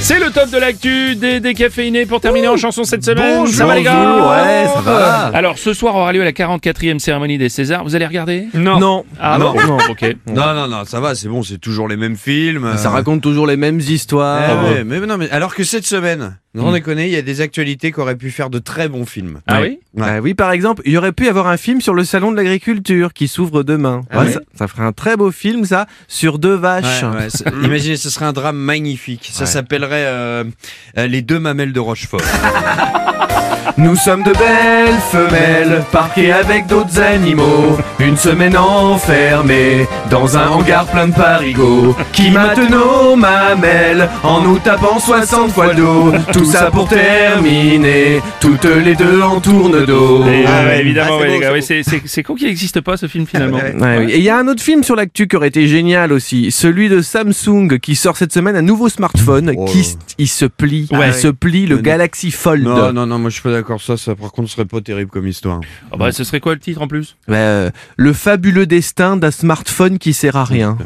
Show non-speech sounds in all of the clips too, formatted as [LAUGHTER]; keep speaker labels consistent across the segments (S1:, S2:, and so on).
S1: C'est le top de l'actu des décaféinés pour terminer en chanson cette semaine.
S2: Bonjour,
S1: ça va les gars Euh,
S2: ouais, ça va.
S1: Alors ce soir aura lieu la 44e cérémonie des Césars. Vous allez regarder
S3: Non. Non.
S1: Ah
S3: Non.
S1: bon Ok.
S3: Non, non, non, ça va, c'est bon, c'est toujours les mêmes films. euh,
S4: Ça raconte toujours les mêmes
S3: eh
S4: histoires. Euh,
S3: ouais, mais non, mais alors que cette semaine, non déconner, il y a des actualités qui auraient pu faire de très bons films.
S1: Ah oui
S4: Bah oui, par exemple, il y aurait pu y avoir un film sur le salon de l'agriculture qui s'ouvre demain.
S3: Ah
S4: Ouais,
S3: ouais
S4: ça, ça ferait un très beau film, ça, sur deux vaches.
S3: Ouais, ouais, [LAUGHS] c'est- imaginez, ce serait un drame magnifique. Ça s'appellerait euh, euh, Les deux mamelles de Rochefort. [LAUGHS]
S4: Nous sommes de belles femelles, parquées avec d'autres animaux. Une semaine enfermée dans un hangar plein de parigots. Qui matent nos mamelles en nous tapant 60 fois le dos. Tout ça pour terminer, toutes les deux en tourne d'eau.
S1: Et,
S3: Ah
S1: euh,
S3: ouais,
S1: Évidemment,
S3: ah, c'est beau,
S1: ouais, les gars.
S3: c'est
S1: Ouais,
S3: beau.
S1: C'est c'est- c'est con qu'il n'existe pas ce film finalement.
S4: Ouais, oui. Et il y a un autre film sur l'actu qui aurait été génial aussi, celui de Samsung qui sort cette semaine un nouveau smartphone
S3: Oh.
S4: qui s- il se plie,
S1: Ouais.
S4: il se plie le
S3: Mais non.
S4: Galaxy Fold.
S3: Non, non, non, moi je suis pas d'accord, ça, ça par contre serait pas terrible comme histoire.
S1: Ah bah, ce serait quoi le titre en plus
S4: Bah, euh, le fabuleux destin d'un smartphone qui sert à rien.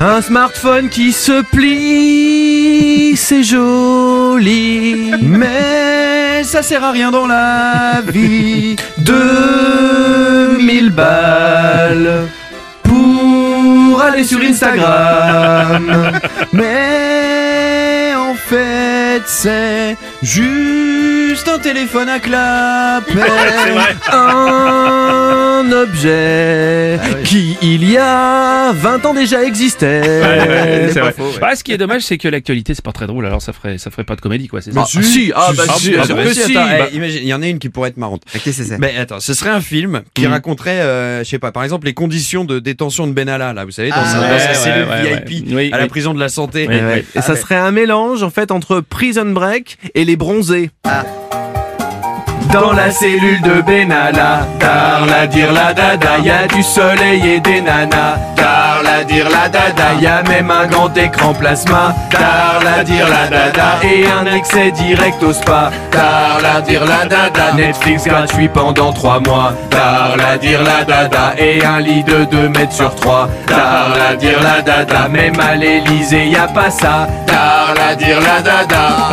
S4: un smartphone qui se plie, c'est joli, mais ça sert à rien dans la vie. 2000 balles pour aller sur Instagram, mais en fait c'est juste un téléphone à clapet un objet qui, il y a 20 ans déjà existait.
S1: Ouais,
S4: C'est
S1: c'est
S4: pas
S1: vrai.
S4: faux, ouais.
S1: Bah, ce qui est dommage, c'est que l'actualité, c'est pas très drôle. Alors ça ferait, ça ferait pas de comédie, quoi. C'est ça.
S4: Ah, si, ah, bah,
S1: Ah,
S4: si,
S1: bah,
S4: sûr
S1: bah,
S4: que
S3: si,
S4: si.
S3: attends, eh,
S4: Bah,
S3: imagine, il y en a une qui pourrait être marrante.
S2: Qu'est-ce que c'est
S3: Mais attends, ce serait un film qui
S2: Hmm.
S1: Mm.
S3: raconterait, euh, je sais pas, par exemple les conditions de détention de Benalla, là, vous savez, dans,
S2: Ah,
S3: sa, dans
S2: ouais,
S3: sa
S2: ouais,
S3: cellule
S1: ouais,
S3: VIP
S1: ouais. Oui,
S3: à la
S1: oui.
S3: prison de la santé.
S1: Oui, oui.
S4: Et ça serait un mélange en fait entre Prison Break et les bronzés. Dans la cellule de Benalla, car la dire la dada, y a du soleil et des nanas. Car la dire la dada, y a même un grand écran plasma. Car la dire la dada, et un accès direct au spa. Car la dire la dada, Netflix gratuit pendant trois mois. Car la dire la dada, et un lit de 2 mètres sur 3. Car la dire la dada, même à l'Elysée, y a pas ça. Car la dire la dada.